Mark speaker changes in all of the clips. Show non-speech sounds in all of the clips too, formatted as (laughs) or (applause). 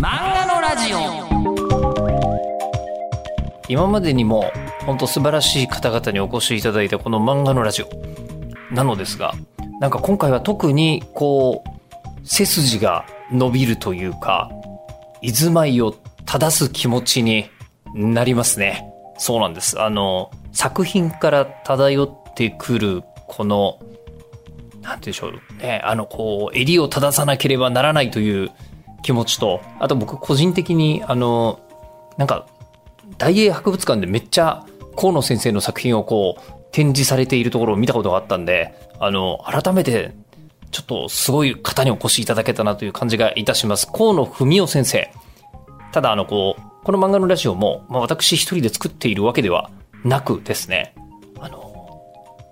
Speaker 1: 漫画のラジオ
Speaker 2: 今までにも本当素晴らしい方々にお越しいただいたこの漫画のラジオなのですがなんか今回は特にこう背筋が伸びるというか居住まいを正す気持ちになりますねそうなんですあの作品から漂ってくるこのなんて言うんでしょうねあのこう襟を正さなければならないという気持ちとあと僕個人的にあのなんか大英博物館でめっちゃ河野先生の作品をこう展示されているところを見たことがあったんで、あの、改めてちょっとすごい方にお越しいただけたなという感じがいたします。河野文夫先生。ただあの、こう、この漫画のラジオも、まあ、私一人で作っているわけではなくですね、あの、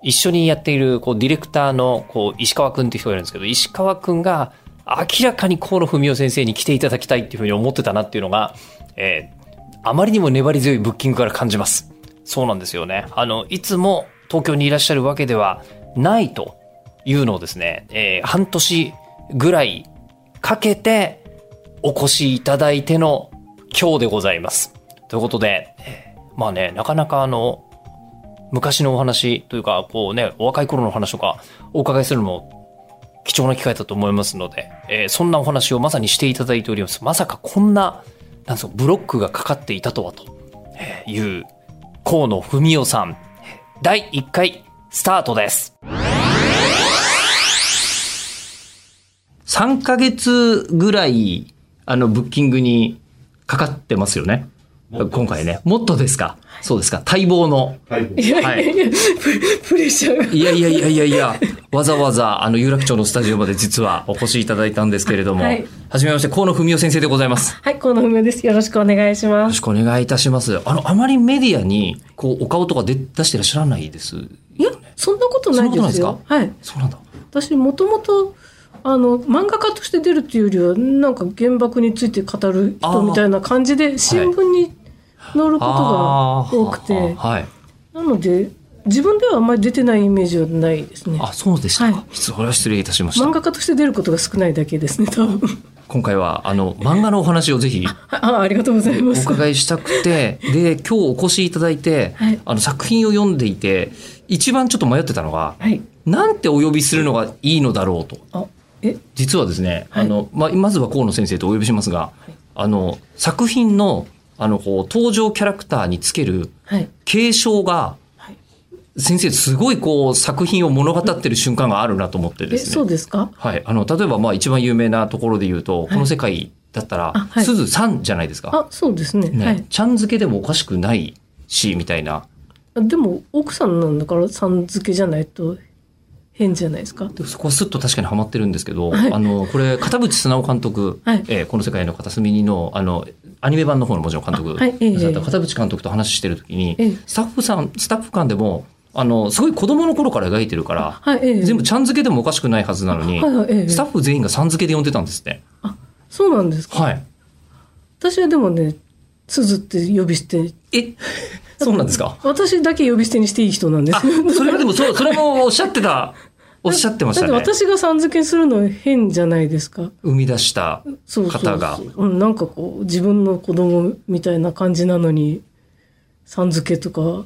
Speaker 2: 一緒にやっている、こう、ディレクターの、こう、石川くんって人がいるんですけど、石川くんが、明らかに河野文夫先生に来ていただきたいっていうふうに思ってたなっていうのが、えーあまりにも粘り強いブッキングから感じます。そうなんですよね。あの、いつも東京にいらっしゃるわけではないというのをですね、えー半年ぐらいかけてお越しいただいての今日でございます。ということで、えーまあね、なかなかあの、昔のお話というか、こうね、お若い頃のお話とかお伺いするのも貴重な機会だと思いますので、えーそんなお話をまさにしていただいております。まさかこんな、なんですかブロックがかかっていたとはとえーいう、河野文夫さん、第1回スタートです。3ヶ月ぐらい、あの、ブッキングにかかってますよね。今回ね。もっとですか、そうですか。待望の。
Speaker 3: はい。
Speaker 4: いやいやいや、 (laughs) ププレッシャーが。
Speaker 2: いやいやいやいやいや、わざわざ、あの、有楽町のスタジオまで実はお越しいただいたんですけれども、は
Speaker 4: は
Speaker 2: じ
Speaker 4: い、
Speaker 2: めまして、河野文夫先生でございます。よ
Speaker 4: はい、河野文夫です。よろしくお願いしま
Speaker 2: ろ
Speaker 4: す。
Speaker 2: しくお願いいたします。あの、あまりメディアに、こう、お顔とか出出してらっしゃらないです。
Speaker 4: いや、そんなことない
Speaker 2: そんなことない
Speaker 4: で
Speaker 2: です
Speaker 4: す
Speaker 2: か
Speaker 4: よ。はい。
Speaker 2: そうなんだ。
Speaker 4: 私、もともと、あの、漫画家として出るっていうよりは、なんか原爆について語る
Speaker 2: あー
Speaker 4: 人みたいな感じで、新聞に載ることが
Speaker 2: あー
Speaker 4: 多くて、
Speaker 2: はい。
Speaker 4: なので、自分ではあんまり出てないイメージはないですね。
Speaker 2: あ、そうでしたか。
Speaker 4: はい
Speaker 2: 失それは失礼いたしまし
Speaker 4: 漫
Speaker 2: た。
Speaker 4: 画家として出ることが少ないだけ
Speaker 2: (laughs)
Speaker 4: ですね、多分。
Speaker 2: 今回は、あの、漫画のお話をぜひ、
Speaker 4: あ、ありがとうござい
Speaker 2: お
Speaker 4: ます。
Speaker 2: 伺いしたくて、で、今日お越しいただいて、
Speaker 4: はい
Speaker 2: あの、作品を読んでいて、一番ちょっと迷ってたのが、
Speaker 4: はい。
Speaker 2: なんてお呼びするのがいいのだろうと。
Speaker 4: あ、え、
Speaker 2: 実はですね、
Speaker 4: はい
Speaker 2: あのまあ、まずは河野先生とお呼びしますが、あの作品のあのこう登場キャラクターにつける
Speaker 4: はい。
Speaker 2: 継承が、
Speaker 4: はい
Speaker 2: 先生すごいこう作品を物語ってる瞬間があるなと思って
Speaker 4: え、
Speaker 2: です
Speaker 4: そ
Speaker 2: ね
Speaker 4: う。ですか
Speaker 2: はい、あの例えばまあ一番有名なところで言うと、この世界だったら
Speaker 4: あ
Speaker 2: 「
Speaker 4: はい
Speaker 2: すずさん」じゃないですか。
Speaker 4: あ、そうですね。
Speaker 2: ね
Speaker 4: はい。
Speaker 2: ちゃん付けでもおかしくないしみたいな。
Speaker 4: あでも奥さんなんだからさん付けじゃないと変じゃないですか。
Speaker 2: でそこはスッと確かにはまってるんですけど、
Speaker 4: はい
Speaker 2: あのこれ片渕素直監督、
Speaker 4: はい
Speaker 2: えーこの世界の片隅にのあのアニメ版の方のもちろん監督、
Speaker 4: あはいええ
Speaker 2: だった片渕監督と話してる時に、
Speaker 4: ええ
Speaker 2: スタッフさんスタッフ間でもあのすごい子供の頃から描いてるから、
Speaker 4: はい、ええ
Speaker 2: 全部ちゃん付けでもおかしくないはずなのに、
Speaker 4: はいはいええ
Speaker 2: スタッフ全員がさん付けで呼んでたんですって。
Speaker 4: そうなんですか。
Speaker 2: はい。
Speaker 4: 私はでもね、鈴って呼び捨て、 (laughs)
Speaker 2: え、そうなんですか。
Speaker 4: 私だけ呼び捨てにしていい人なんです
Speaker 2: あ、それはでも
Speaker 4: (laughs)
Speaker 2: そうそれもおっしゃってた、おっしゃってましたね。
Speaker 4: だって私がさん付けするの変じゃないですか。
Speaker 2: 生み出した
Speaker 4: そうそうそう
Speaker 2: 方が。
Speaker 4: うん、なんかこう、自分の子供みたいな感じなのに、さん付けとか、
Speaker 2: は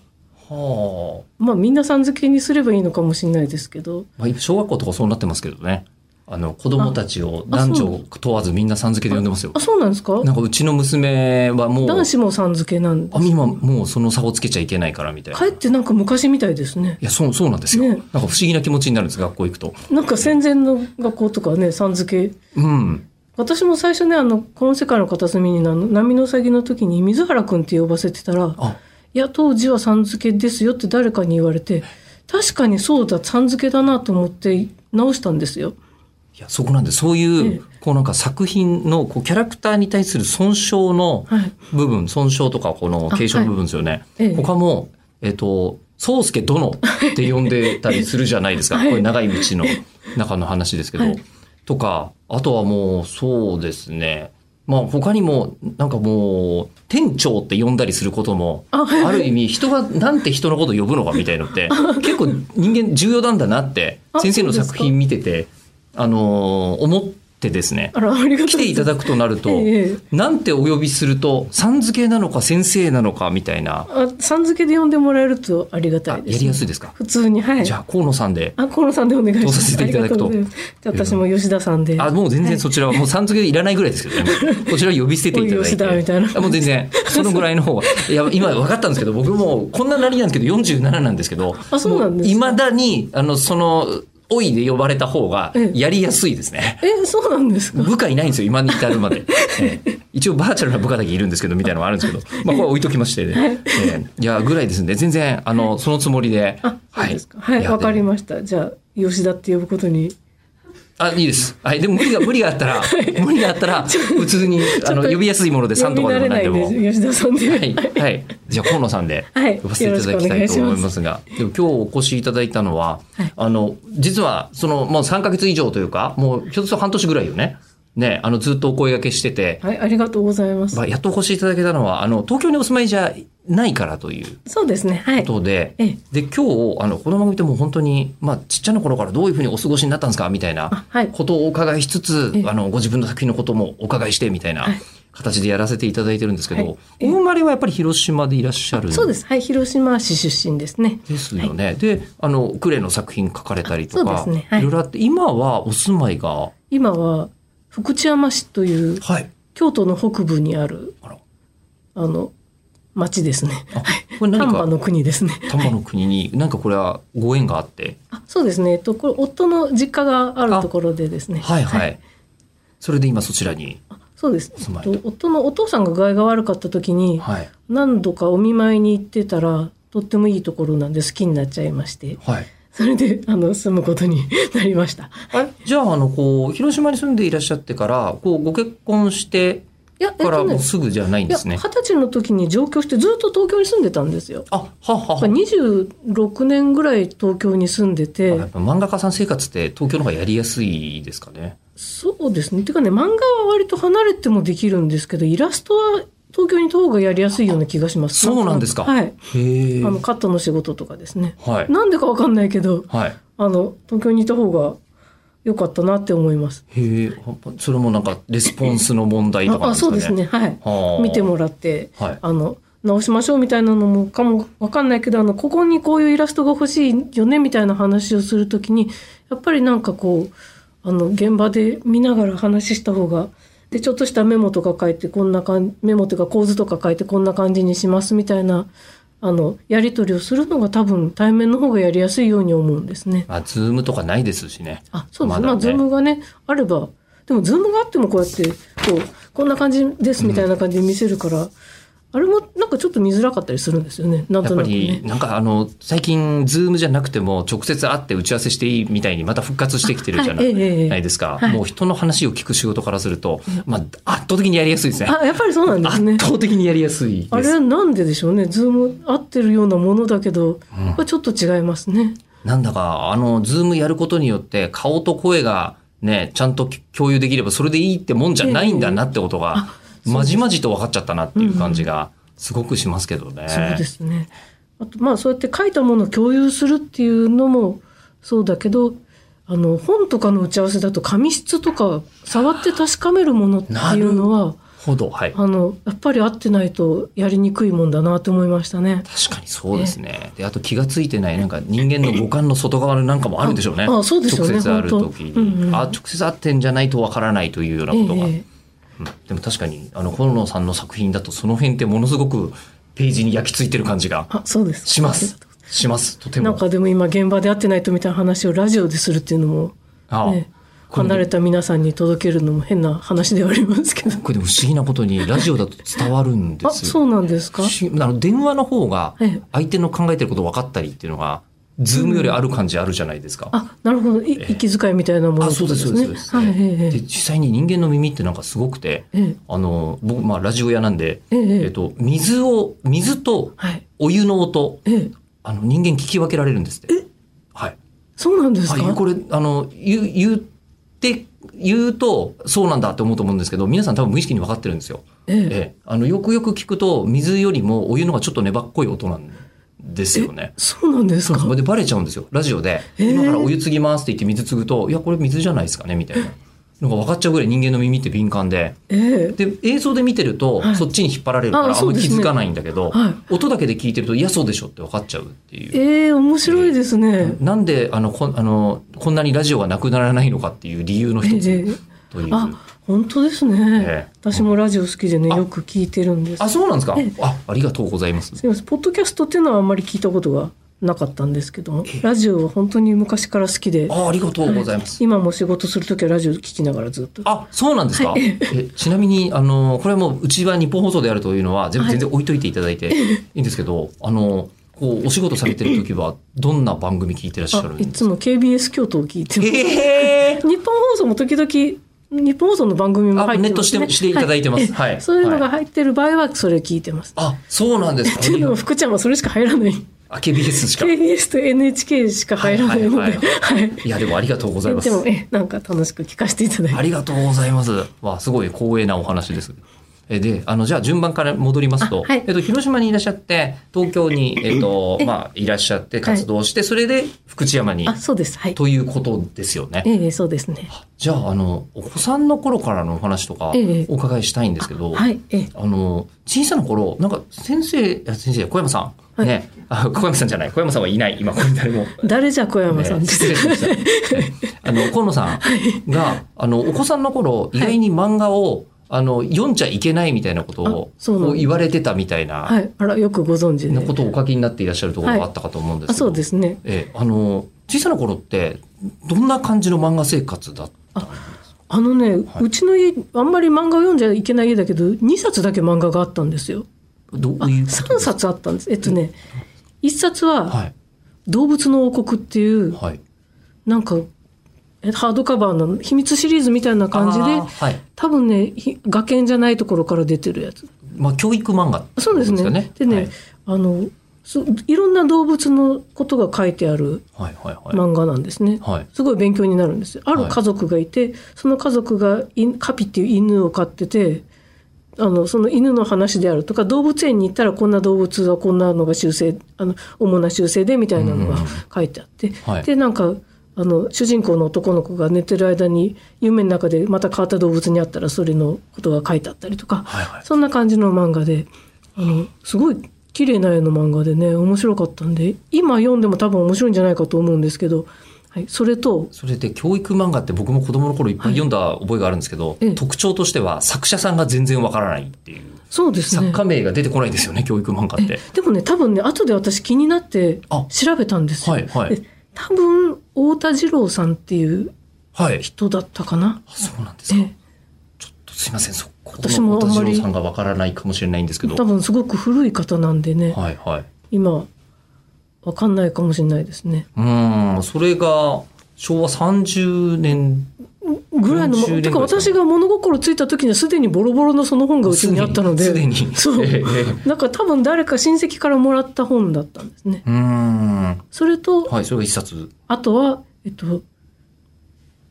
Speaker 2: あ。
Speaker 4: まあみんなさん付けにすればいいのかもしれないですけど、
Speaker 2: まあ、今小学校とかそうなってますけどね。あの、子供たちを男女問わずみんなさん付けで呼んでますよ
Speaker 4: あ、。そうなんですか
Speaker 2: なんかうちの娘はもう、
Speaker 4: 男子もさん付けなんで
Speaker 2: あ、今もうその差をつけちゃいけないからみたいな。
Speaker 4: かえってなんか昔みたいですね。
Speaker 2: いや、そう、そうなんですよ。
Speaker 4: ね
Speaker 2: なんか不思議な気持ちになるんです、学校行くと。
Speaker 4: なんか戦前の学校とかね、さん付け。
Speaker 2: うん。
Speaker 4: 私も最初ね、あの、この世界の片隅にあの、波のうさぎの時に水原くんって呼ばせてたら、
Speaker 2: あ、
Speaker 4: いや、当時はさん付けですよって誰かに言われて、確かにそうだ、さん付けだなと思って直したんですよ。
Speaker 2: いや、そこなんで、そうい
Speaker 4: ええ
Speaker 2: う、こうなんか作品の、こうキャラクターに対する損傷の
Speaker 4: はい。
Speaker 2: 部分、損傷とか、この継承の部分ですよね。
Speaker 4: いええ
Speaker 2: 他も、えっ、と、宗介殿って呼んでたりするじゃないですか。これ長い道の中の話ですけど。
Speaker 4: はい
Speaker 2: とか、あとはもう、そうですね。まあ他にも、なんかもう、店長って呼んだりすることも、
Speaker 4: あ、はい。
Speaker 2: ある意味、人がなんて人のこと呼ぶのかみたいのって、結構人間重要なんだなって、
Speaker 4: あ
Speaker 2: 先生の
Speaker 4: そうです
Speaker 2: 作
Speaker 4: か
Speaker 2: 品見てて、あのー思っってですね
Speaker 4: あら、ありがとうございます。
Speaker 2: 来ていただくとなると、
Speaker 4: ええ
Speaker 2: なんてお呼びするとさん付けなのか先生なのかみたいな、
Speaker 4: あ、さん付けで呼んでもらえるとありがた
Speaker 2: あ
Speaker 4: いです、
Speaker 2: やりやすいですか、
Speaker 4: 普通に、はい。
Speaker 2: じゃあ河野さんで
Speaker 4: あ、河野さんでお願いします。
Speaker 2: どうさせていただくと
Speaker 4: ありがうございますじゃあ私も吉田さんで。
Speaker 2: あもう全然そちらはもうさん付けいらないぐらいですけど
Speaker 4: (laughs)
Speaker 2: ね、こちら呼び捨てていた
Speaker 4: おい
Speaker 2: だい
Speaker 4: 吉田
Speaker 2: て
Speaker 4: みたいな
Speaker 2: あもう全然そのぐらいの方がいや今分かったんですけど僕もうこんななりなんですけど47なんですけど
Speaker 4: あそうなんです
Speaker 2: い
Speaker 4: か
Speaker 2: まだにあのその「おい」で呼ばれた方が
Speaker 4: ええ
Speaker 2: やりやすいですね。
Speaker 4: え、そうなんですか。
Speaker 2: 部下いないんですよ今に至るま
Speaker 4: (laughs)
Speaker 2: で、ええ一応バーチャルな部下だけいるんですけどみたいなのもあるんですけどまあこれは置いときましてね、ええいやぐらいですんで全然あのそのつもりで
Speaker 4: あ、そうですか。はい、
Speaker 2: や
Speaker 4: わ、かりました。じゃあ、吉田って呼ぶことに。
Speaker 2: あいいですはいでも無理が無理があった
Speaker 4: (laughs)
Speaker 2: ら無理があったら普通にあの呼びやすいもので3とかでも何でも
Speaker 4: 呼び慣れないです吉田さんで。
Speaker 2: はい、はい、じゃあ河野さんで
Speaker 4: はい
Speaker 2: 呼ばせていただきたいと思いますが、でも今日お越しいただいたのは、
Speaker 4: はい
Speaker 2: あの実はそのもう3か月以上というかもうひょっとすると半年ぐらいよねねあのずっとお声掛けしてて、
Speaker 4: はい、ありがとうございます
Speaker 2: ま。あ、やっとお越しいただけたのは、あの、東京にお住まいじゃないからという
Speaker 4: そうですね。はい。
Speaker 2: ことで、
Speaker 4: ええ
Speaker 2: で、今日、あの、この番組ってもう本当に、まあ、ちっちゃな頃からどういうふうにお過ごしになったんですかみたいな
Speaker 4: あはい
Speaker 2: ことをお伺いしつつ、
Speaker 4: ええ
Speaker 2: あの、ご自分の作品のこともお伺いして、みたいな
Speaker 4: はい
Speaker 2: 形でやらせていただいてるんですけど、
Speaker 4: はいえ
Speaker 2: お生まれはやっぱり広島でいらっしゃる
Speaker 4: そうです。はい、広島市出身ですね。
Speaker 2: ですよね。で、あの、クレの作品書かれたりと
Speaker 4: あ
Speaker 2: か、
Speaker 4: そうですねはい
Speaker 2: ろいろあって、今はお住まいが、
Speaker 4: 今は福知山市という
Speaker 2: はい。
Speaker 4: 京都の北部にある
Speaker 2: あら
Speaker 4: あの町ですね。
Speaker 2: あ、これ
Speaker 4: 丹
Speaker 2: 何
Speaker 4: 波
Speaker 2: か、
Speaker 4: の国ですね。
Speaker 2: 丹波の国に、なんかこれはご縁があって、
Speaker 4: あ、そうですね。えっとこれ夫の実家があるところでですね。
Speaker 2: はいはい。それで今そちらに。
Speaker 4: あそうです。
Speaker 2: 住まい
Speaker 4: えっと夫のお父さんが具合が悪かった時に
Speaker 2: はい。
Speaker 4: 何度かお見舞いに行ってたらとってもいいところなんで好きになっちゃいまして、
Speaker 2: はい。
Speaker 4: それであの住むことになりました。
Speaker 2: じゃあ、あの、こう、広島に住んでいらっしゃってから、こう、ご結婚して
Speaker 4: いや、えっ
Speaker 2: から
Speaker 4: と
Speaker 2: も
Speaker 4: ね
Speaker 2: う、すぐじゃないん
Speaker 4: い
Speaker 2: で
Speaker 4: や
Speaker 2: すね
Speaker 4: 二。十歳の時に上京してずっと東京に住んでたんですよ。
Speaker 2: あ、はっはっは。
Speaker 4: 26年ぐらい東京に住んでて、
Speaker 2: あやっぱ漫画家さん生活って東京の方がやりやすいですかね。
Speaker 4: そうですね。てかね、漫画は割と離れてもできるんですけど、イラストは東京にいた方がやりやすいような気がします。
Speaker 2: そうなんですか
Speaker 4: はい。
Speaker 2: へえ。
Speaker 4: あの、
Speaker 2: は
Speaker 4: カットの仕事とかですね。
Speaker 2: い。
Speaker 4: なんでかわかんないけど、
Speaker 2: はい。
Speaker 4: あの、東京にいた方が良かったなって思います。
Speaker 2: へえ。あそれもなんか、レスポンスの問題とか
Speaker 4: あ
Speaker 2: なん
Speaker 4: あ、
Speaker 2: です
Speaker 4: そう
Speaker 2: かね。
Speaker 4: ですね。はい。
Speaker 2: はあ。
Speaker 4: 見てもらって、
Speaker 2: はい
Speaker 4: あの直しましょうみたいなのもかもわかんないけどあのここにこういうイラストが欲しいよねみたいな話をするときにやっぱりなんかこうあの現場で見ながら話した方がでちょっとしたメモとか書いてこんなかんメモというか構図とか書いてこんな感じにしますみたいなあのやり取りをするのが多分対面の方がやりやすいように思うんですね。
Speaker 2: まあ、ズームとかないですしね。
Speaker 4: あ、そうで
Speaker 2: ま
Speaker 4: す。ま
Speaker 2: だね
Speaker 4: あ、ズームがね、あれば、でも、ズームがあってもこうやって、こう、こんな感じですみたいな感じで見せるから、あれもなんかちょっと見づらかったりするんですよね。なん
Speaker 2: やっ
Speaker 4: と
Speaker 2: ぱ
Speaker 4: なく
Speaker 2: り
Speaker 4: ね。
Speaker 2: なんかあの最近ズームじゃなくても直接会って打ち合わせしていいみたいにまた復活してきてるじゃな
Speaker 4: あはいいええええ
Speaker 2: ないですか、
Speaker 4: はい
Speaker 2: もう人の話を聞く仕事からすると、まあ、圧倒的にやりやすいですね
Speaker 4: あ、やっぱりそうなんですね
Speaker 2: 圧。倒的にやりやすい
Speaker 4: あ
Speaker 2: で
Speaker 4: れ
Speaker 2: す
Speaker 4: はなんででしょうね。ズーム合ってるようなものだけど、やっぱちょっと違いますね。
Speaker 2: なんだかあのズームやることによって顔と声がねちゃんと共有できればそれでいいってもんじゃないんだなってことがまじまじと分かっちゃったなっていう感じがすごくしますけどね。
Speaker 4: そうですね。あと、まあ、そうやって書いたものを共有するっていうのもそうだけど、あの、本とかの打ち合わせだと紙質とか触って確かめるものっていうのは、
Speaker 2: ほどはい
Speaker 4: あのやっぱり会ってないとやりにくいもんだなと思いましたね。
Speaker 2: 確かにそうですね。で、あと気がついてない、なんか人間の五感の外側のなんかもあるんでしょうね。
Speaker 4: ああそうですよね
Speaker 2: 直接会う時
Speaker 4: 本当うん
Speaker 2: に、
Speaker 4: うん
Speaker 2: あ、直接会ってんじゃないとわからないというようなことが。
Speaker 4: ええ
Speaker 2: うんでも確かに、あの、本能さんの作品だとその辺ってものすごくページに焼き付いてる感じが
Speaker 4: あそうです。
Speaker 2: します。します。とて
Speaker 4: なん
Speaker 2: も。
Speaker 4: かでも今現場で会ってないとみたいな話をラジオでするっていうのも、
Speaker 2: ああ
Speaker 4: ね、
Speaker 2: これ
Speaker 4: 離れた皆さんに届けるのも変な話ではありますけど。
Speaker 2: これでも不思議なことにラジオだと伝わるんで
Speaker 4: あ
Speaker 2: すよ。
Speaker 4: そうなんですか。
Speaker 2: しあの電話の方が
Speaker 4: ええ
Speaker 2: 相手の考えてること分かったりっていうのが、ズームよりある感じあるじゃないですか。
Speaker 4: あなるほどい息遣いみたいなもの
Speaker 2: あ
Speaker 4: って
Speaker 2: そ
Speaker 4: こ
Speaker 2: う
Speaker 4: と
Speaker 2: ですそうですそうです、
Speaker 4: はいえええ
Speaker 2: で
Speaker 4: え
Speaker 2: 実際に人間の耳ってなんかすごくて、
Speaker 4: ええ
Speaker 2: あの僕まあラジオ屋なんで、
Speaker 4: ええ
Speaker 2: っと水を水と
Speaker 4: はい
Speaker 2: お湯の音
Speaker 4: ええ
Speaker 2: あの人間聞き分けられるんですって。はい。
Speaker 4: そうなんですか。
Speaker 2: はいこれあの言う言って言うとそうなんだって思うと思うんですけど皆さん多分無意識に分かってるんですよ。
Speaker 4: ええ
Speaker 2: ええあのよくよく聞くと水よりもお湯の方がちょっと粘っこい音なんですよね。
Speaker 4: そうなんですか。
Speaker 2: それでバレちゃうんですよラジオで「
Speaker 4: えー
Speaker 2: 今からお湯継ぎます」って言って水継ぐと「いやこれ水じゃないですかね」みたいなのが分かっちゃうぐらい人間の耳って敏感で
Speaker 4: ええ
Speaker 2: で映像で見てると、
Speaker 4: はい
Speaker 2: そっちに引っ張られるから
Speaker 4: あ
Speaker 2: あん
Speaker 4: そ
Speaker 2: ま
Speaker 4: う
Speaker 2: り
Speaker 4: です
Speaker 2: 気
Speaker 4: ね
Speaker 2: づかないんだけど、
Speaker 4: はい
Speaker 2: 音だけで聞いてるといやそうでしょって分かっちゃうっていう。
Speaker 4: ええ面白いですね。
Speaker 2: なんであのこんあのこんなにラジオがなくならないのかっていう理由の一
Speaker 4: え
Speaker 2: つ
Speaker 4: え
Speaker 2: という。
Speaker 4: あ本当ですね、
Speaker 2: ええ
Speaker 4: 私もラジオ好きでね
Speaker 2: あ
Speaker 4: よく聞いてるんです
Speaker 2: あ、そうなんですか
Speaker 4: ええ。
Speaker 2: あ、ありがとうございます。
Speaker 4: すみませんポッドキャストっていうのはあんまり聞いたことがなかったんですけども
Speaker 2: ええ
Speaker 4: ラジオは本当に昔から好きで
Speaker 2: あ、ありがとうございます。
Speaker 4: 今も仕事する時はラジオ聞きながらずっと
Speaker 2: あ、そうなんですか。え、ちなみに、あの、これはもう、うちは日本放送であるというのは、全部
Speaker 4: (laughs) はい
Speaker 2: 全然置いといていただいていいんですけど、あの、こう、お仕事されてる時は、どんな番組聞いてらっしゃ
Speaker 4: あ
Speaker 2: るん
Speaker 4: い
Speaker 2: です
Speaker 4: つも KBS 京都を聞いてます
Speaker 2: えー
Speaker 4: 日本放送も時々日本放送の番組も入って
Speaker 2: あネット
Speaker 4: ます、ね、
Speaker 2: してしていただいてますはい
Speaker 4: ええそういうのが入ってる場合はそれ聞いてます、
Speaker 2: あ、そうなんですか。
Speaker 4: っていうのも福ちゃんはそれしか入らない
Speaker 2: あ、KBS しか。い
Speaker 4: KBS と NHK しか入らないので、
Speaker 2: は
Speaker 4: はいい
Speaker 2: はいや、でもありがとうございます
Speaker 4: で。もえなんか楽しく聞かせていただい
Speaker 2: あ
Speaker 4: て
Speaker 2: りがとうございます。わあ、すごい光栄なお話です。えで、あの、じゃあ順番から戻りますと、
Speaker 4: あはい
Speaker 2: えっと、広島にいらっしゃって、東京に、えっと、まあ、いらっしゃって活動して、それで福知山に、
Speaker 4: あそうですはい
Speaker 2: ということですよね。
Speaker 4: ええそうですね
Speaker 2: じゃあ、あの、お子さんの頃からのお話とか
Speaker 4: ええ、
Speaker 2: お伺いしたいんですけど、
Speaker 4: はいええ
Speaker 2: あの、小さな頃、なんか、先生、あ先生、小山さん、
Speaker 4: はい
Speaker 2: ね、あ、小山さんじゃない、小山さんはいない、今、ここに誰も。
Speaker 4: 誰じゃ小山さん
Speaker 2: ね
Speaker 4: で
Speaker 2: 失礼し (laughs)
Speaker 4: す、
Speaker 2: ました。ね
Speaker 4: (laughs)
Speaker 2: あの、河野さんが、あの、お子さんの頃、意外に漫画を、あの、読んじゃいけないみたいなことを
Speaker 4: あそうなんです
Speaker 2: こう言われてたみたいな、
Speaker 4: はいあらよくご存知で、
Speaker 2: なことをお書きになっていらっしゃるところがあったかと思うんですけ
Speaker 4: あ
Speaker 2: ど、
Speaker 4: そうですね
Speaker 2: ええ、あの、小さな頃って、どんな感じの漫画生活だったんですか
Speaker 4: あのね、
Speaker 2: はいう
Speaker 4: ちの家あんまり漫画読んじゃいけない家だけど2冊だけ漫画があったんですよ
Speaker 2: ど
Speaker 4: あ
Speaker 2: ういうことで
Speaker 4: 3
Speaker 2: すか
Speaker 4: 冊あったんですえっとね1冊は
Speaker 2: はい。
Speaker 4: 「動物の王国」っていう
Speaker 2: はい。
Speaker 4: なんかえハードカバーの秘密シリーズみたいな感じ
Speaker 2: あー
Speaker 4: で
Speaker 2: はい。
Speaker 4: 多分ねひ学園じゃないところから出てるやつ
Speaker 2: まあ、教育漫画ってこと
Speaker 4: そうですね
Speaker 2: よ
Speaker 4: でね、
Speaker 2: はい
Speaker 4: あのすいろんな動物のことが書いてある
Speaker 2: はいはいはい。
Speaker 4: 漫画なんですね、
Speaker 2: はい。
Speaker 4: すごい勉強になるんですよある
Speaker 2: はい
Speaker 4: 家族がいて、その家族がいカピっていう犬を飼っててあのその犬の話であるとか動物園に行ったらこんな動物はこんなのが習性あの主な習性でみたいなのが
Speaker 2: うん
Speaker 4: 書いてあって、
Speaker 2: はい
Speaker 4: でなんかあの主人公の男の子が寝てる間に夢の中でまた変わった動物に会ったらそれのことが書いてあったりとか、
Speaker 2: はいはい。
Speaker 4: そんな感じの漫画であのすごい綺麗な絵の漫画でね面白かったんで今読んでも多分面白いんじゃないかと思うんですけど、はい、それと
Speaker 2: それで教育漫画って僕も子供の頃いっぱい読んだ覚えがあるんですけど、
Speaker 4: ええ
Speaker 2: 特徴としては作者さんが全然わからないっていう
Speaker 4: そうです
Speaker 2: 作
Speaker 4: ね
Speaker 2: 家名が出てこないんですよね教育漫画って
Speaker 4: え。でもね多分ね後で私気になって
Speaker 2: あ
Speaker 4: 調べたんですよ。
Speaker 2: はいはい
Speaker 4: で多分太田次郎さんっていう
Speaker 2: はい。
Speaker 4: 人だったかな。
Speaker 2: あそうなんですか。
Speaker 4: え
Speaker 2: すいませんそこ
Speaker 4: 私も
Speaker 2: の
Speaker 4: あん
Speaker 2: 太
Speaker 4: ま
Speaker 2: 田
Speaker 4: り
Speaker 2: 次郎さんがわからないかもしれないんですけど。
Speaker 4: 多
Speaker 2: は
Speaker 4: 分すごく古い方なんで
Speaker 2: い
Speaker 4: ね、
Speaker 2: はい。
Speaker 4: 今わかんないかもしれないですね。
Speaker 2: うーんそれが昭和30年
Speaker 4: ぐらいの
Speaker 2: 40年ぐらい
Speaker 4: てか
Speaker 2: ですかね
Speaker 4: 私が物心ついた時にはすでにボロボロのその本がうちにあったので。
Speaker 2: すでにすでに
Speaker 4: そう。
Speaker 2: ええええ
Speaker 4: なんか多分誰か親戚からもらった本だったんですね。
Speaker 2: うーん
Speaker 4: それと、
Speaker 2: はいそれが一冊
Speaker 4: あとは、えっと、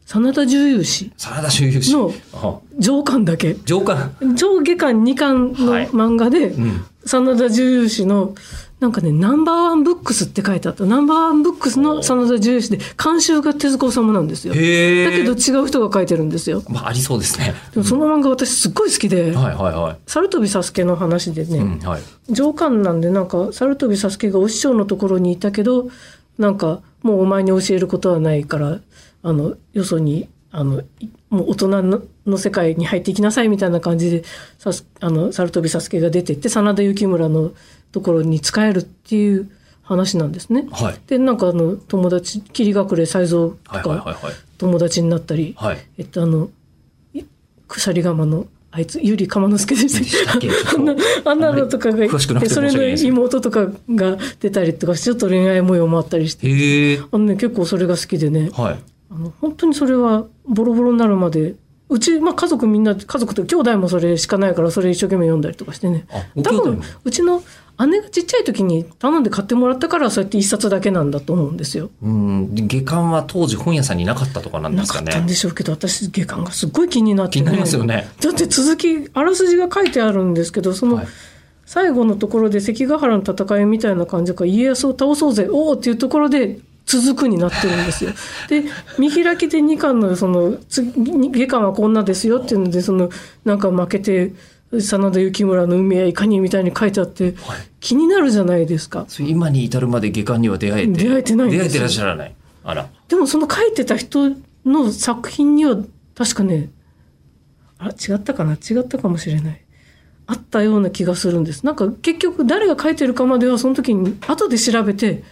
Speaker 4: 真田重勇氏、
Speaker 2: サラダ周遊誌
Speaker 4: の
Speaker 2: あ
Speaker 4: 上巻だけ。
Speaker 2: 上巻
Speaker 4: 上下巻2巻の
Speaker 2: はい
Speaker 4: 漫画で、
Speaker 2: うん
Speaker 4: 真田重勇氏の、なんかね、ナンバーワンブックスって書いてあった。ナンバーワンブックスの真田重勇氏で、監修が手塚治虫なんですよ。だ
Speaker 2: へえ。
Speaker 4: けど違う人が書いてるんですよ。
Speaker 2: まあありそうですね。
Speaker 4: でもその漫画私すっごい好きで、
Speaker 2: はいはいは
Speaker 4: 猿飛佐助の話でね、
Speaker 2: い。うんはい。
Speaker 4: 上官なんでなんか猿飛佐助がお師匠のところにいたけどなんかもうお前に教えることはないからあのよそにあのいもう大人のの世界に入っていきなさいみたいな感じでさすあの猿飛佐助が出てって真田幸村のところに仕えるっていう話なんですね。
Speaker 2: はい。
Speaker 4: でなんかあの友達霧隠れ才蔵と
Speaker 2: はいはいは
Speaker 4: か
Speaker 2: いはい。
Speaker 4: 友達になったり、
Speaker 2: はい。
Speaker 4: えっとあのい鎖釜のあいつゆり釜之助で
Speaker 2: 何でしたっけちょっ
Speaker 4: す
Speaker 2: と
Speaker 4: (laughs) あんなあんなのとかがい
Speaker 2: 詳しくなく
Speaker 4: て
Speaker 2: て
Speaker 4: そ
Speaker 2: 申し訳
Speaker 4: れ
Speaker 2: な
Speaker 4: の
Speaker 2: いです
Speaker 4: 妹とかが出たりとかしてちょっと恋愛模様もあったりして
Speaker 2: へえ。
Speaker 4: あの、ね、結構それが好きでね
Speaker 2: はい。
Speaker 4: あの本当にそれはボロボロになるまでうち、まあ、家族みんな家族と兄弟もそれしかないからそれ一生懸命読んだりとかしてね
Speaker 2: あ、ご
Speaker 4: 多
Speaker 2: 兄弟
Speaker 4: 分
Speaker 2: も。
Speaker 4: うちの姉がちっちゃい時に頼んで買ってもらったからそうやって一冊だけなんだと思うんですよ。
Speaker 2: うん、下巻は当時本屋さんになかったとかなんで
Speaker 4: な
Speaker 2: す
Speaker 4: か
Speaker 2: か
Speaker 4: っ
Speaker 2: ね。
Speaker 4: たんでしょうけど私下巻がすっごい気になって、
Speaker 2: 気になりますよね。
Speaker 4: だって続きあらすじが書いてあるんですけどそ
Speaker 2: は
Speaker 4: の
Speaker 2: い。
Speaker 4: 最後のところで関ヶ原の戦いみたいな感じか家康を倒そうぜおおっていうところで続くになってる
Speaker 2: (laughs)
Speaker 4: んですよ。で見開きで2巻のその次下巻はこんなですよっていうのでそのなんか負けて真田幸村の海やいかにみたいに書いてあって気になるじゃないですか。
Speaker 2: それ今に至るまで下巻には出会えて
Speaker 4: 出会えてないんです
Speaker 2: 出
Speaker 4: よ
Speaker 2: 会えてらっしゃらないあら
Speaker 4: でもその書いてた人の作品には確かねあれ違ったかな違ったかもしれないあったような気がするんですなんか結局誰が書いてるかまではその時に後で調べて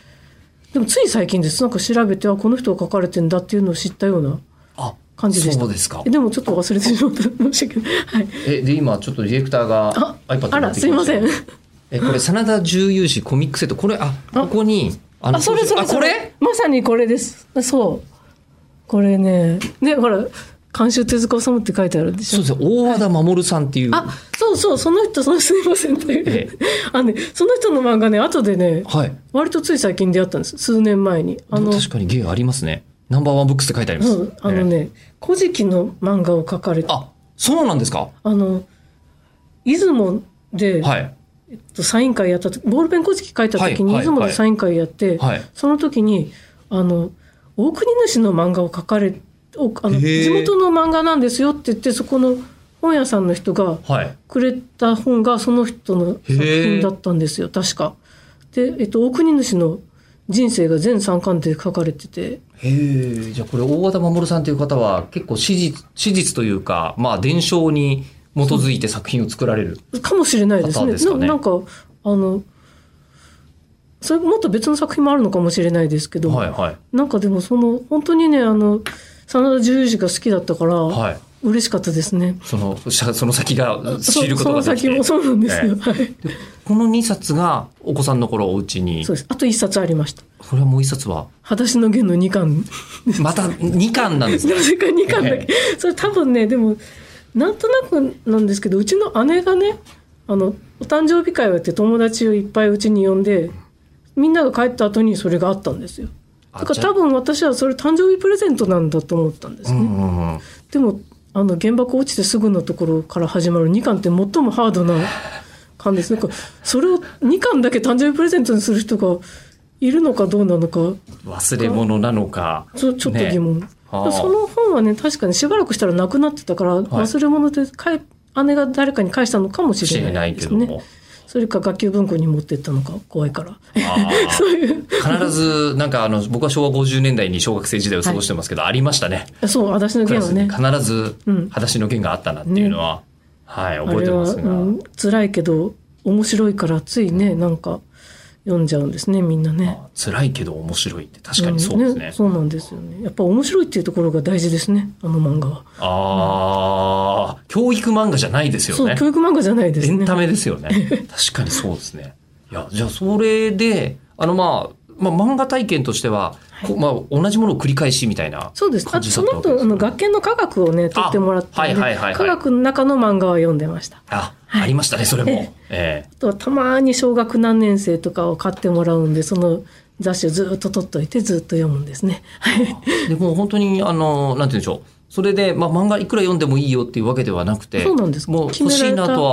Speaker 4: でもつい最近ですなんか調べてあこの人が書かれてんだっていうのを知ったような
Speaker 2: あ
Speaker 4: 感じでした
Speaker 2: そうですか
Speaker 4: えでもちょっと忘れてしまった申し訳ない、はい、
Speaker 2: えで今ちょっとディレクターが
Speaker 4: あ
Speaker 2: iPad
Speaker 4: あらすいません
Speaker 2: えこれ真田重雄氏コミックセットこれあここにあ
Speaker 4: あ、それそれ
Speaker 2: あこ
Speaker 4: そ
Speaker 2: れ
Speaker 4: れ。まさにこれです。そう。これね。ね、ほら、監修手塚治虫って書いてあるでし
Speaker 2: そう
Speaker 4: ょ。
Speaker 2: ですね大和田守さんっていう
Speaker 4: あ、そうそう、その人、そのすいませんっていう。
Speaker 2: え
Speaker 4: (laughs) あのね、その人の漫画ね、後でね、
Speaker 2: はい
Speaker 4: 割とつい最近出会ったんです。数年前に。あの、
Speaker 2: 確かに芸ありますねナンバーワンブックスって書いてあります、
Speaker 4: うんあのね、古事記の漫画を書かれて、あ
Speaker 2: あそうなんですか
Speaker 4: の、出雲で、
Speaker 2: はい
Speaker 4: サイン会やった時ボールペン古事記書いた時に、
Speaker 2: はいはい
Speaker 4: 出雲でサイン会やって、
Speaker 2: はい
Speaker 4: その時にあの大国主の漫画を書かれおあの
Speaker 2: へー
Speaker 4: 地元の漫画なんですよって言ってそこの本屋さんの人が
Speaker 2: はい
Speaker 4: くれた本がその人の作品だったんですよ確か。で、えっと、大国主の人生が全3巻で書かれてて
Speaker 2: へえじゃあこれ大和田守さんという方は結構史実史実というかまあ伝承に基づいて作品を作られる
Speaker 4: かもしれないです
Speaker 2: パターン
Speaker 4: ね。
Speaker 2: ですかね
Speaker 4: ななんかあのそれもっと別の作品もあるのかもしれないですけど、
Speaker 2: はいはい
Speaker 4: なんかでもその本当にねあの真田十字が好きだったから、
Speaker 2: はい
Speaker 4: 嬉しかったですね。
Speaker 2: そのしゃその先が知ることができて
Speaker 4: そのその先もそうなんですよ。はい。
Speaker 2: この2冊がお子さんの頃お家に
Speaker 4: そうです。あと一冊ありました。
Speaker 2: これはもう1冊は
Speaker 4: 裸足の弦の二巻。
Speaker 2: また2巻なんですね
Speaker 4: なぜか二巻だけ。それ多分ね、でも、なんとなくなんですけど、うちの姉がね、あの、お誕生日会をやって友達をいっぱいうちに呼んで、みんなが帰った後にそれがあったんですよ。
Speaker 2: あ
Speaker 4: だから
Speaker 2: じゃあ
Speaker 4: 多分私はそれ誕生日プレゼントなんだと思ったんです
Speaker 2: う
Speaker 4: (laughs) ね。
Speaker 2: んうんうん
Speaker 4: でもあの原爆落ちてすぐのところから始まる2巻って最もハードな巻ですなんかそれを2巻だけ誕生日プレゼントにする人がいるのかどうなのか
Speaker 2: 忘れ物なのか
Speaker 4: そうちょっと疑問、
Speaker 2: はあ
Speaker 4: その本はね確かにしばらくしたらなくなってたから、忘れ物でかえ姉が誰かに返したのかもし
Speaker 2: 知
Speaker 4: れ
Speaker 2: れ
Speaker 4: な
Speaker 2: ないい
Speaker 4: で
Speaker 2: け
Speaker 4: す
Speaker 2: ど
Speaker 4: ね
Speaker 2: も、
Speaker 4: それか学級文庫に持ってったのか怖いから
Speaker 2: あ
Speaker 4: そういう
Speaker 2: ー必ずなんかあの僕は昭和50年代に小学生時代を過ごしてますけど、ありましたね
Speaker 4: (laughs) そう私の
Speaker 2: クラ
Speaker 4: 件は
Speaker 2: スに
Speaker 4: ね
Speaker 2: 必ず
Speaker 4: うん
Speaker 2: 裸足の弦があったなっていうのは、はい覚えてます
Speaker 4: あ
Speaker 2: が、
Speaker 4: れは、うん、辛いけど面白いからついねなんか読んじゃうんですねみんなね。
Speaker 2: あ辛いけど面白いって確かにそうですね,、
Speaker 4: んそうなんですよね。やっぱ面白いっていうところが大事ですね。あの漫画は。
Speaker 2: ああ教育漫画じゃないですよ
Speaker 4: そう、
Speaker 2: ね
Speaker 4: 教育漫画じゃないです
Speaker 2: エン
Speaker 4: ね
Speaker 2: タ。メですよ
Speaker 4: (laughs)
Speaker 2: ね確かにそうですねいやじゃあそれであのまあまあ、漫画体験としては、こうまあ、同じものを繰り返しみたいな
Speaker 4: そうです。あ
Speaker 2: 感
Speaker 4: と
Speaker 2: じ
Speaker 4: そ
Speaker 2: だった
Speaker 4: の
Speaker 2: わけです
Speaker 4: 後、あ
Speaker 2: ね
Speaker 4: の学研の科学をね、取ってもらったんで、
Speaker 2: あはいはいはいはい
Speaker 4: 科学の中の漫画は読んでました。
Speaker 2: あ、ありましたね、それ
Speaker 4: (laughs)
Speaker 2: も。ええ
Speaker 4: あとはたまに小学何年生とかを買ってもらうんで、その雑誌をずっと取っといてずっと読むんですね。はい。
Speaker 2: でもう本当に、あの、なんて言うんでしょう。それで、まあ、漫画いくら読んでもいいよっていうわけではなくて、
Speaker 4: そうなんですか
Speaker 2: もう
Speaker 4: 決
Speaker 2: 欲
Speaker 4: めら
Speaker 2: しい
Speaker 4: れた
Speaker 2: なと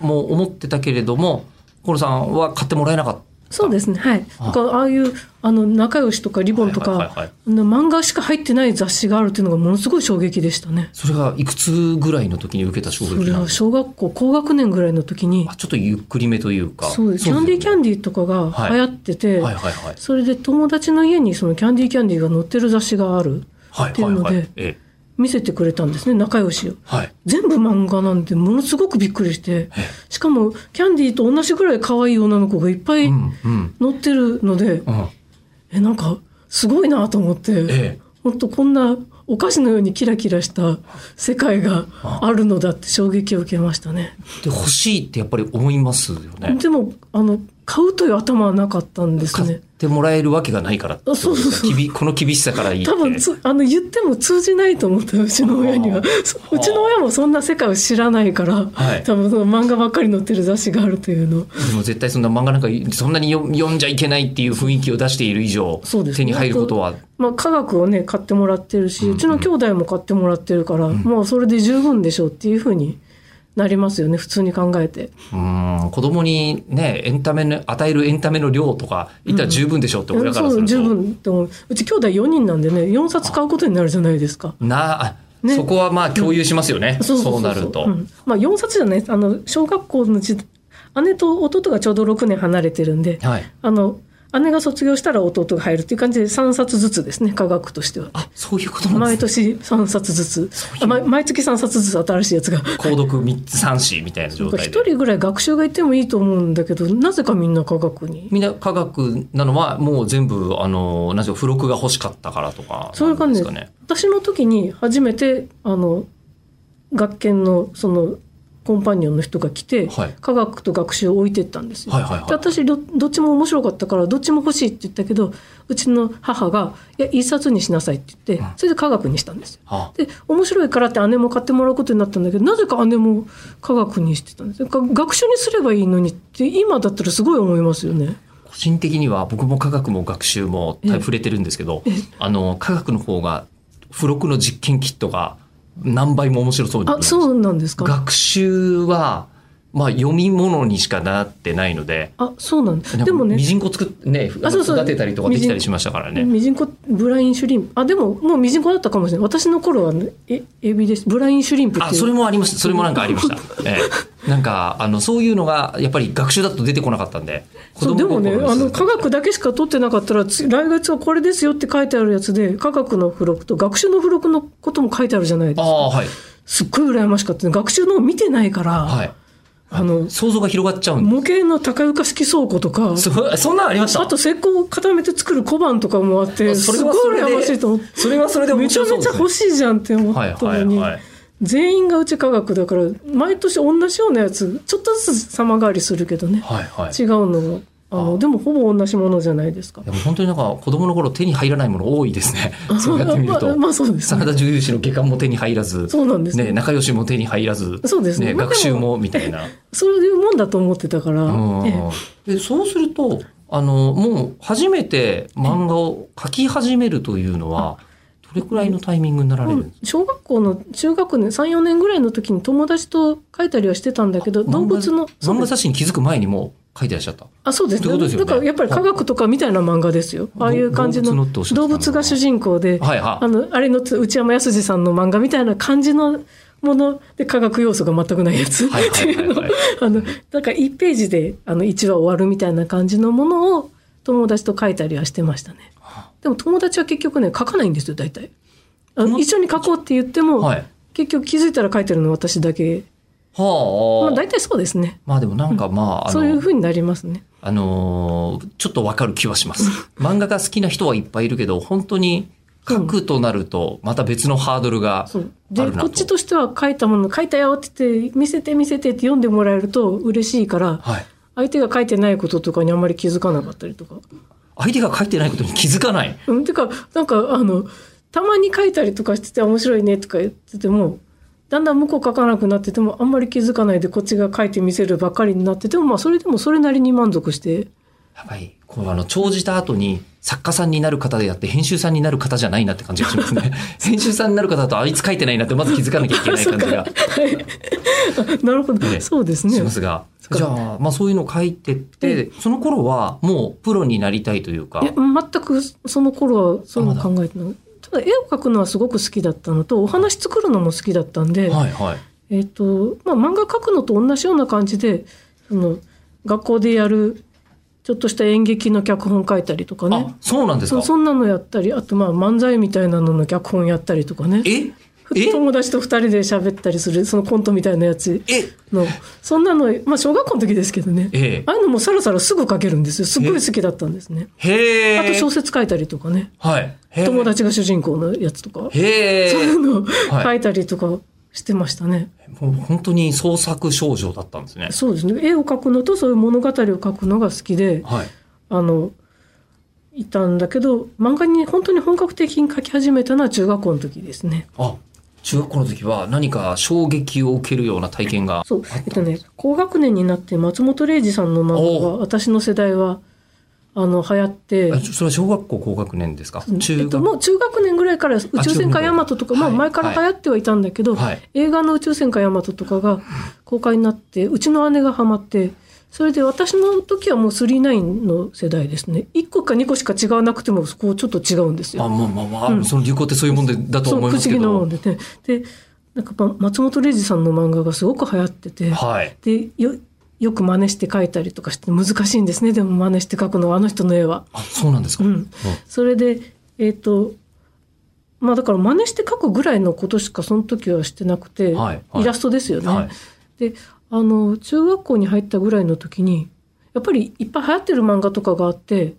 Speaker 2: は、もう思ってたけれども、コロさんは買ってもらえなかっ
Speaker 4: そうですね。はい。
Speaker 2: あ
Speaker 4: なんかああいうあの仲良しとかリボンとか、
Speaker 2: はいはいはいはい
Speaker 4: あの漫画しか入ってない雑誌があるっていうのがものすごい衝撃でしたね。
Speaker 2: た。それがいくつぐらいの時に受けた衝
Speaker 4: そ
Speaker 2: 撃
Speaker 4: れ
Speaker 2: なん
Speaker 4: は
Speaker 2: です
Speaker 4: 小学校高学年ぐらいの時に
Speaker 2: か。あちょっとゆっくりめというか。
Speaker 4: そうですキャンディーキャ
Speaker 2: ン
Speaker 4: ンディーとかが流行ってて、
Speaker 2: はいはいはい。
Speaker 4: それで友達の家にそのキャンディーキャンディーが載ってる雑誌がある
Speaker 2: はい
Speaker 4: っていうので
Speaker 2: はいはい。ええ
Speaker 4: 見せてくれたんですね仲良しを
Speaker 2: はい。
Speaker 4: 全部漫画なんでものすごくびっくりしてしかもキャンディーと同じぐらい可愛い女の子がいっぱい
Speaker 2: うん
Speaker 4: 載
Speaker 2: うん
Speaker 4: ってるので、
Speaker 2: うん。
Speaker 4: えなんかすごいなと思って、
Speaker 2: え
Speaker 4: ほんとこんなお菓子のようにキラキラした世界があるのだって衝撃を受けましたね。
Speaker 2: で、欲しいってやっぱり思いますよね。
Speaker 4: でもあの買うという頭はなかったんです
Speaker 2: 買
Speaker 4: ね
Speaker 2: っ。てもらえるわけがないからってことですか
Speaker 4: そうそうそう
Speaker 2: きびこの厳しさから言って。
Speaker 4: 多分つあの言っても通じないと思ったうちの親には
Speaker 2: は
Speaker 4: (laughs) そううちの親もそんな世界を知らないから、
Speaker 2: はい
Speaker 4: 多分その漫画ばっかり載ってる雑誌があるというの
Speaker 2: でも絶対そんな漫画なんかそんなに読読んじゃいけないっていう雰囲気を出している以上、
Speaker 4: そうですね
Speaker 2: 手に入ることは
Speaker 4: まあ、科学をね買ってもらってるしうちの兄弟も買ってもらってるから、もうそれで十分でしょうっていうふうになりますよね普通に考えて
Speaker 2: うん子供にねエンタメの与えるエンタメの量とか言ったら十分でしょって親からす
Speaker 4: そう
Speaker 2: ると、
Speaker 4: 十分って思ううち兄弟4人なんでね4冊買うことになるじゃないですか
Speaker 2: なあ、
Speaker 4: ね
Speaker 2: そこはまあ共有しますよね、そうなると、
Speaker 4: うんまあ4冊じゃないあの小学校の時姉と弟がちょうど6年離れてるんで
Speaker 2: はい
Speaker 4: あの姉が卒業したら弟が入るっていう感じで3冊ずつですね科学としては
Speaker 2: あそういうことなん
Speaker 4: 毎
Speaker 2: ですね
Speaker 4: 年3冊ずつ
Speaker 2: そういう
Speaker 4: あ毎毎月3冊ずつ新しいやつが
Speaker 2: 購読三つ三子みたいな状態
Speaker 4: 一
Speaker 2: で
Speaker 4: 人ぐらい学習がいてもいいと思うんだけどなぜかみんな科学に
Speaker 2: みんな科学なのはもう全部あのなんていうか付録が欲しかったからとか
Speaker 4: そういう
Speaker 2: なん
Speaker 4: 感
Speaker 2: です
Speaker 4: じで
Speaker 2: か
Speaker 4: す
Speaker 2: ね
Speaker 4: 私の時に初めてあの学研のそのコンパニオンの人が来て、
Speaker 2: はい
Speaker 4: 科学と学習を置いてったんですよ。
Speaker 2: はいはいはい
Speaker 4: で私どどっちも面白かったからどっちも欲しいって言ったけどうちの母が「いや一冊にしなさい」って言ってそれで科学にしたんですよ。
Speaker 2: あ
Speaker 4: で面白いからって姉も買ってもらうことになったんだけどなぜか姉も科学にしてたんですよ。が学習にすればいいのにって今だったらすごい思いますよね。
Speaker 2: 個人的には僕も科学も学習も
Speaker 4: ええ
Speaker 2: 触れてるんですけど、あの科学の方が付録の実験キットが何倍も面白そうになり
Speaker 4: あ
Speaker 2: ます
Speaker 4: そうなんですか。
Speaker 2: 学習はまあ読み物にしかなってないので
Speaker 4: あそうなんです。
Speaker 2: なん
Speaker 4: で
Speaker 2: か
Speaker 4: もね
Speaker 2: ミジンコ作ってね
Speaker 4: あそうそう
Speaker 2: 育てたりとかできたりしましたからね。
Speaker 4: ミジンコブラインシュリンプあでももうミジンコだったかもしれない私の頃は、ね、えエビですブラインシュリンプっていう
Speaker 2: あそれもありましたそれもなんかありま
Speaker 4: (laughs)
Speaker 2: した、ええ、なんかあのそういうのがやっぱり学習だと出てこなかったんで子
Speaker 4: そう
Speaker 2: 供の頃
Speaker 4: でもね
Speaker 2: に
Speaker 4: あの科学だけしか取ってなかったらつ来月はこれですよって書いてあるやつで科学の付録と学習の付録のことも書いてあるじゃないで
Speaker 2: あ
Speaker 4: すか
Speaker 2: あはい
Speaker 4: すっごい羨ましかった、ね、学習のを見てないから、
Speaker 2: はい
Speaker 4: あの
Speaker 2: 想像が広がっちゃうんで
Speaker 4: 模型の高床式倉庫とか
Speaker 2: そそんなんありました
Speaker 4: あと石膏を固めて作る小判とかもあって
Speaker 2: あ
Speaker 4: す
Speaker 2: それはそ
Speaker 4: ごい
Speaker 2: れで
Speaker 4: 羨ましいと思って
Speaker 2: それはそれで
Speaker 4: め
Speaker 2: 面
Speaker 4: ちゃ
Speaker 2: 白そう
Speaker 4: め
Speaker 2: で
Speaker 4: ちゃ
Speaker 2: す、ね、
Speaker 4: 欲しいじゃんって思
Speaker 2: はい
Speaker 4: っ
Speaker 2: は
Speaker 4: たの
Speaker 2: い
Speaker 4: に、
Speaker 2: はい
Speaker 4: 全員がうち科学だから毎年同じようなやつちょっとずつ様変わりするけどね、
Speaker 2: はいはい
Speaker 4: 違うのがあのでもほぼ同じものじゃないですか
Speaker 2: でも本当になんか子供の頃手に入らないもの多いですねそうやってみる
Speaker 4: (laughs) まあ
Speaker 2: と
Speaker 4: まあそうです
Speaker 2: 真
Speaker 4: ね
Speaker 2: 田重士の下巻も手に入らず
Speaker 4: そうなんですね
Speaker 2: ね仲良しも手に入らず
Speaker 4: そうですね
Speaker 2: ね
Speaker 4: まあでも
Speaker 2: 学習もみたいな
Speaker 4: そういうもんだと思ってたから、ええ
Speaker 2: でそうするとあのもう初めて漫画を描き始めるというのはどれくらいのタイミングになられるんですか
Speaker 4: 小学校の中学年34年ぐらいの時に友達と書いたりはしてたんだけど動物のそ
Speaker 2: 漫
Speaker 4: うで
Speaker 2: 画
Speaker 4: す
Speaker 2: 雑誌に気づく前にもう描いてらっしゃった
Speaker 4: あそうで
Speaker 2: っ
Speaker 4: す
Speaker 2: てことですよね
Speaker 4: だからやっぱり科学とかみたいな漫画ですよああいう感じの
Speaker 2: 動物のっておっしゃってた
Speaker 4: 動
Speaker 2: の
Speaker 4: 物が主人公で、
Speaker 2: はいは
Speaker 4: あの、あれの内山康二さんの漫画みたいな感じのもので科学要素が全くないやつっ
Speaker 2: はいは
Speaker 4: て
Speaker 2: い
Speaker 4: い
Speaker 2: は
Speaker 4: う
Speaker 2: い
Speaker 4: の
Speaker 2: (laughs) はい。
Speaker 4: あの、だから1ページであの1話終わるみたいな感じのものを友達と書いたりはしてましたね。でも友達は結局ね、書かないんですよ、大体。あの
Speaker 2: 友達
Speaker 4: 一緒に書こうって言っても、
Speaker 2: はい
Speaker 4: 結局気づいたら書いてるの私だけ。まあ
Speaker 2: はあ、
Speaker 4: 大体そうですね。
Speaker 2: まあでもなんかまあ、あ
Speaker 4: そういう
Speaker 2: の、
Speaker 4: 風になりますね。
Speaker 2: あのーちょっとわかる気はします。
Speaker 4: (laughs)
Speaker 2: 漫画が好きな人はいっぱいいるけど、本当に描くとなると、また別のハードルが
Speaker 4: そう
Speaker 2: あ
Speaker 4: で
Speaker 2: るなと。
Speaker 4: こっちとしては書いたもの書いたよって言って見せて見せてって読んでもらえると嬉しいから、
Speaker 2: はい。
Speaker 4: 相手が書いてないこととかにあんまり気づかなかったりとか。
Speaker 2: 相手が書いてないことに気づかない。
Speaker 4: うん、てか、なんか、あの、たまに書いたりとかしてて面白いねとか言ってても、だんだん向こう書かなくなってても、あんまり気づかないでこっちが書いてみせるばっかりになってても、まあ、それでもそれなりに満足して、 (laughs)
Speaker 2: やっぱり、こう、あの、長じた後に、作家さんになる方であって、編集さんになる方じゃないなって感じがします
Speaker 4: (laughs)
Speaker 2: ね。編集さんになる方だと、あいつ書いてないなって、まず気づかなきゃいけない感じが
Speaker 4: なるほど、
Speaker 2: ね
Speaker 4: そうです
Speaker 2: し
Speaker 4: ね
Speaker 2: ま。すが。
Speaker 4: う
Speaker 2: じゃあ、まあそういうのを書いてって、その頃は、もう、プロになりたいというか
Speaker 4: いや、全くその頃はそういうの考えてない。ただ絵を描くのはすごく好きだったのとお話作るのも好きだったんで、
Speaker 2: はいはい。
Speaker 4: えっ、と、まあ、漫画描くのと同じような感じで、その、学校でやる、ちょっとした演劇の脚本書いたりとかね
Speaker 2: あ。、そうなんです
Speaker 4: そ
Speaker 2: か
Speaker 4: うそんなのやったり、あとまあ漫才みたいなのの脚本やったりとかね。
Speaker 2: え
Speaker 4: ふ
Speaker 2: え
Speaker 4: 友達と二人で喋ったりする、そのコントみたいなやつ
Speaker 2: え
Speaker 4: の、そんなの、まあ小学校の時ですけどね。
Speaker 2: ええ
Speaker 4: ああいうのもさらさらすぐ書けるんですよ。すごい好きだったんですね。
Speaker 2: へえ。
Speaker 4: あと小説書いたりとかね。
Speaker 2: はい。へー
Speaker 4: 友。達が主人公のやつとか。
Speaker 2: へ
Speaker 4: そうい
Speaker 2: え。
Speaker 4: うの
Speaker 2: はい
Speaker 4: 書いたりとかしてましたね。
Speaker 2: もう本当に創作少女だったんですね。
Speaker 4: そうですね絵を描くのとそういう物語を描くのが好きで
Speaker 2: はい。
Speaker 4: あのいたんだけど漫画に本当に本格的に描き始めたのは中学校の時ですね。
Speaker 2: あ、中学校の時は何か衝撃を受けるような体験があった
Speaker 4: そ
Speaker 2: ん
Speaker 4: う
Speaker 2: です
Speaker 4: えっとね高学年になって松本零士さんの漫画
Speaker 2: お
Speaker 4: が私の世代はあの流行って
Speaker 2: あちょそれは小学校高学年ですか中
Speaker 4: えっ
Speaker 2: 学、
Speaker 4: と、もう中学年ぐらいから宇宙戦艦ヤマトとか、
Speaker 2: 中学年
Speaker 4: まあ
Speaker 2: はい
Speaker 4: 前から流行ってはいたんだけど、
Speaker 2: はい
Speaker 4: 映画の宇宙戦艦ヤマトとかが公開になって、うちの姉がハマって、それで私の時はもう39の世代ですね。1個か2個しか違わなくても、そこちょっと違うんです
Speaker 2: あ
Speaker 4: よ。
Speaker 2: まあまあまあ、その流行ってそういうもんでだと
Speaker 4: そう、不
Speaker 2: 思い
Speaker 4: 思
Speaker 2: ますけ
Speaker 4: 議なもん
Speaker 2: ど
Speaker 4: でね。で、なんかま松本零士さんの漫画がすごく流行ってて、
Speaker 2: はい
Speaker 4: で、よ、よく真似して描いたりとかして難しいんですね。でも真似して描くのは、あの人の絵は。
Speaker 2: あそうなんですか、
Speaker 4: うん、それでえっ、とまあだから真似して描くぐらいのことしかその時はしてなくて、
Speaker 2: はいはい
Speaker 4: イラストですよね。
Speaker 2: はい
Speaker 4: であの中学校に入ったぐらいの時にやっぱりいっぱい流行ってる漫画とかがあって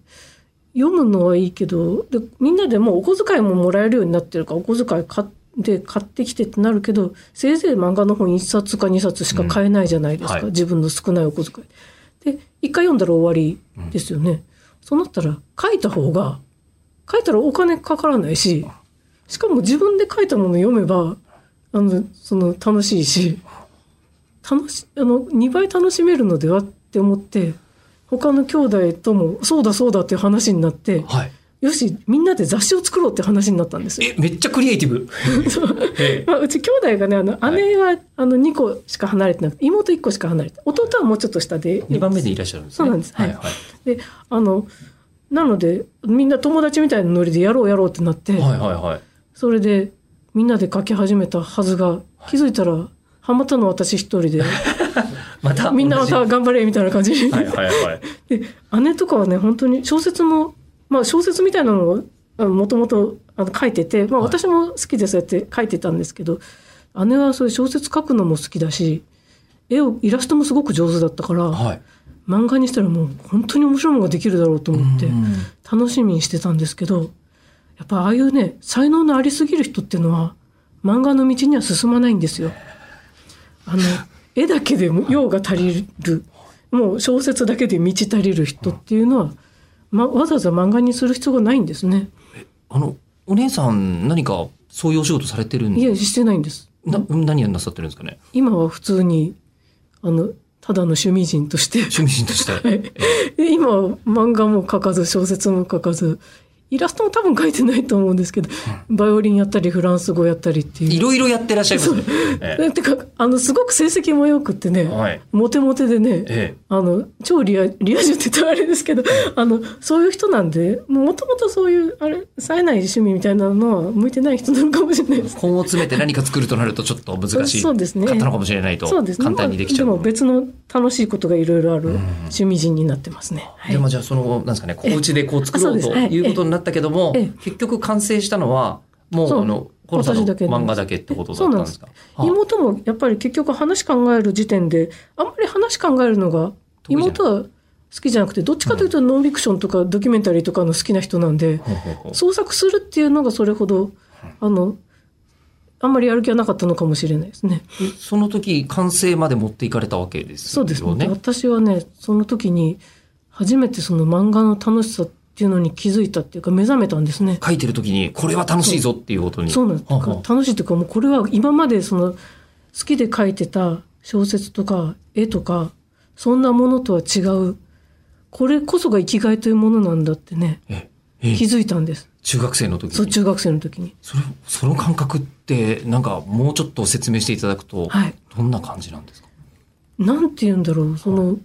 Speaker 4: 読むのはいいけどでみんなでもうお小遣いももらえるようになってるからお小遣い買って買ってきてってなるけどせいぜい漫画の本1冊か2冊しか買えないじゃないですか、
Speaker 2: うんはい
Speaker 4: 自分の少ないお小遣い。で一回読んだら終わりですよね、そうなったら書いた方が書いたらお金かからないししかも自分で書いたもの読めばあのその楽しいし楽しあの2倍楽しめるのではって思って他の兄弟ともそうだそうだっていう話になって
Speaker 2: はい
Speaker 4: よしみんなで雑誌を作ろうって話になったんですよ。
Speaker 2: えめっちゃクリエイティブえ
Speaker 4: まあ、うち兄弟がねあの姉はあの2個しか離れてなくて妹1個しか離れて弟はもうちょっと下で
Speaker 2: 二番目でいらっしゃるんですね
Speaker 4: そうなんです
Speaker 2: は
Speaker 4: はいい
Speaker 2: はい
Speaker 4: であのなのでみんな友達みたいなノリでやろうやろうってなって、
Speaker 2: はいはいはい
Speaker 4: それでみんなで書き始めたはずが気づいたらハマったの私一
Speaker 2: (laughs)
Speaker 4: 人で
Speaker 2: また
Speaker 4: みんな
Speaker 2: 同
Speaker 4: ま
Speaker 2: じ
Speaker 4: た頑張れみたいな感じ、
Speaker 2: はいはいはい
Speaker 4: で姉とかはね本当に小説もまあ小説みたいなのをもともと書いてて、まあ、
Speaker 2: はい
Speaker 4: 私も好きでそうやって書いてたんですけど、姉はそういう小説書くのも好きだし絵をイラストもすごく上手だったから、
Speaker 2: はい
Speaker 4: 漫画にしたらもう本当に面白いものができるだろうと思って。
Speaker 2: うん
Speaker 4: 楽しみにしてたんですけどやっぱああいうね才能のありすぎる人っていうのは漫画の道には進まないんですよ。あの絵だけでも用が足りるもう小説だけで満ち足りる人っていうのは、ま、わざわざ漫画にする必要がないんですね。
Speaker 2: あのお姉さん何かそういうお仕事されてるん
Speaker 4: い
Speaker 2: で
Speaker 4: やしてないんです。
Speaker 2: な何をなさってるんですかね
Speaker 4: 今は普通にあのただの趣味人として
Speaker 2: 趣味人として
Speaker 4: (laughs) で今は漫画も描かず小説も描かずイラストも多分描いてないと思うんですけど、バイオリンやったりフランス語やったりっていう。
Speaker 2: いろいろやってらっしゃいますねえ
Speaker 4: えてかあのすごく成績も良くってね、
Speaker 2: はい
Speaker 4: モテモテでね、
Speaker 2: ええ
Speaker 4: あの超リアリア充って言ったらあれですけどあのそういう人なんでもともとそういうあれ冴えない趣味みたいなのは向いてない人なのかもしれないです。
Speaker 2: 本を詰めて何か作るとなるとちょっと難しい
Speaker 4: そ
Speaker 2: かっ
Speaker 4: うですね
Speaker 2: たのかもしれないと
Speaker 4: そうですね、
Speaker 2: 簡単にできちゃう
Speaker 4: まあでも別の楽しいことがいろいろある趣味人になってますね。はい
Speaker 2: でもじゃあその後なんですかねこううちでこう作ろう
Speaker 4: あそう
Speaker 2: と
Speaker 4: ですはい
Speaker 2: いうことになったけども、
Speaker 4: ええ
Speaker 2: 結局完成したのはも
Speaker 4: そうう
Speaker 2: あのコロさんの
Speaker 4: 私だけなんです
Speaker 2: 漫画だけってことだったんですか。はあ
Speaker 4: 妹もやっぱり結局話考える時点であんまり話考えるのが
Speaker 2: 得意じゃない
Speaker 4: 妹は好きじゃなくてどっちかというとノンフィクションとかドキュメンタリーとかの好きな人なんで
Speaker 2: ほうほうほう
Speaker 4: 創作するっていうのがそれほどあのあんまりやる気はなかったのかもしれないですね。
Speaker 2: えその時完成まで持っていかれたわけです
Speaker 4: そ
Speaker 2: よ
Speaker 4: う
Speaker 2: ね。
Speaker 4: ですね私はねその時に初めてその漫画の楽しさっていうのに気づいたっていうか目覚めたんですね。
Speaker 2: 書いてる時にこれは楽しいぞっていうことに。
Speaker 4: そうなんです。
Speaker 2: はあ
Speaker 4: だから
Speaker 2: はあ
Speaker 4: 楽しいというか、もうこれは今までその好きで書いてた小説とか絵とか、そんなものとは違う、これこそが生きがいというものなんだってね、
Speaker 2: ええ
Speaker 4: 気づいたんです。
Speaker 2: 中学生の時
Speaker 4: そう、
Speaker 2: に
Speaker 4: 中学生の時に。
Speaker 2: それその感覚ってなんかもうちょっと説明していただくと、
Speaker 4: はい
Speaker 2: どんな感じなんですか。
Speaker 4: なんて言うんだろう、その、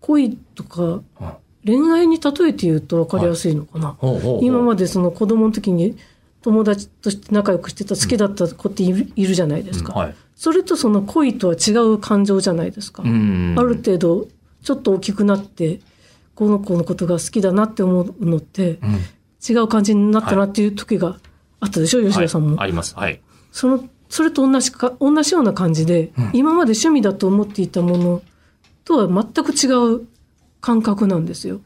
Speaker 4: 恋とか、
Speaker 2: は
Speaker 4: 恋愛に例えて言うと分かりやすいのかな。
Speaker 2: あほうほうほう
Speaker 4: 今までその子供の時に友達として仲良くしてた好きだった子っている,、いるじゃないですか、
Speaker 2: うんはい
Speaker 4: それとその恋とは違う感情じゃないですか、
Speaker 2: うん
Speaker 4: ある程度ちょっと大きくなってこの子のことが好きだなって思うのって
Speaker 2: うん
Speaker 4: 違う感じになったなっていう時があったでしょ、吉田さんも、
Speaker 2: はいあります。はい。
Speaker 4: そのそれと同じか同じような感じで、
Speaker 2: うん
Speaker 4: 今まで趣味だと思っていたものとは全く違う感覚なんですよ。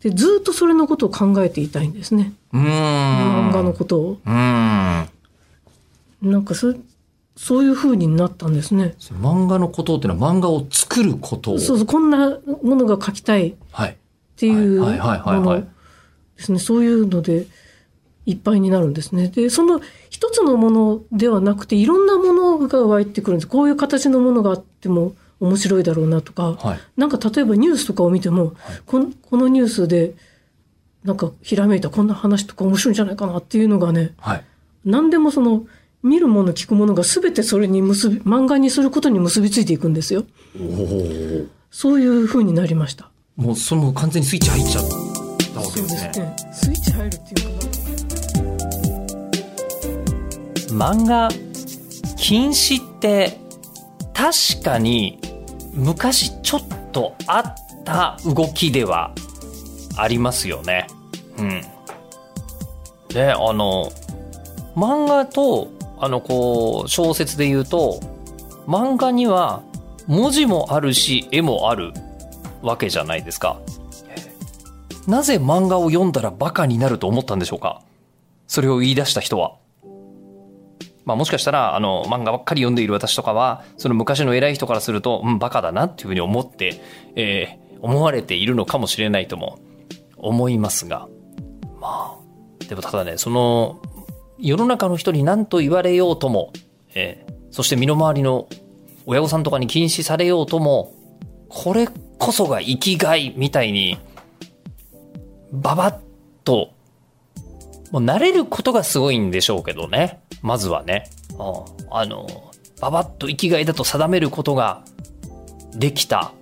Speaker 4: でずっとそれのことを考えていたいんですね
Speaker 2: うーん。
Speaker 4: 漫画のことを。
Speaker 2: うーん。
Speaker 4: なんかそそういう風になったんですね。
Speaker 2: その漫画のことっていうのは漫画を作ることを。
Speaker 4: そうそうこんなものが描きたいっ
Speaker 2: はい。
Speaker 4: ていうも
Speaker 2: はいはいはいはいはい
Speaker 4: のですねそういうのでいっぱいになるんですね。でその一つのものではなくていろんなものが湧いてくるんですこういう形のものがあっても面白いだろうなとか、
Speaker 2: はい
Speaker 4: なんか例えばニュースとかを見ても、こんこのニュースでなんかひらめいたこんな話とか面白いんじゃないかなっていうのがね
Speaker 2: はい
Speaker 4: 何でもその見るもの聞くものが全てそれに結び漫画にすることに結びついていくんですよ。そういう風になりました。
Speaker 2: もうその完全にスイッチ入っちゃったわけですね
Speaker 4: ね。スイッチ入るっていうか
Speaker 2: 漫画禁止って確かに昔ちょっとあった動きではありますよね。うん。で、あの、漫画と、あの、こう、小説で言うと、漫画には文字もあるし、絵もあるわけじゃないですか。なぜ漫画を読んだらバカになると思ったんでしょうかそれを言い出した人は。まあ、もしかしたらあの漫画ばっかり読んでいる私とかはその昔の偉い人からすると、うん、バカだなっていうふうに思って、えー思われているのかもしれないとも思いますがまあでもただねその世の中の人に何と言われようとも、えーそして身の回りの親御さんとかに禁止されようともこれこそが生きがいみたいにババッともう慣れることがすごいんでしょうけどね。まずはね。うんあの、ババッと生きがいだと定めることができた。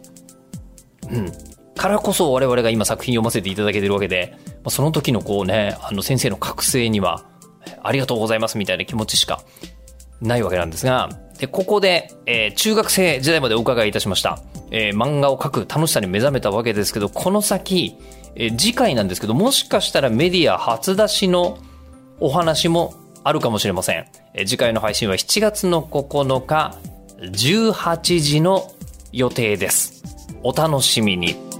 Speaker 2: うん。からこそ我々が今作品読ませていただけてるわけで、まあその時のこうね、あの先生の覚醒には、えありがとうございますみたいな気持ちしかないわけなんですが、で、ここで、えー中学生時代までお伺いいたしました。えー漫画を描く楽しさに目覚めたわけですけど、この先、えー次回なんですけど、もしかしたらメディア初出しのお話もあるかもしれません。えー次回の配信は7月の9日、18時の予定です。お楽しみに。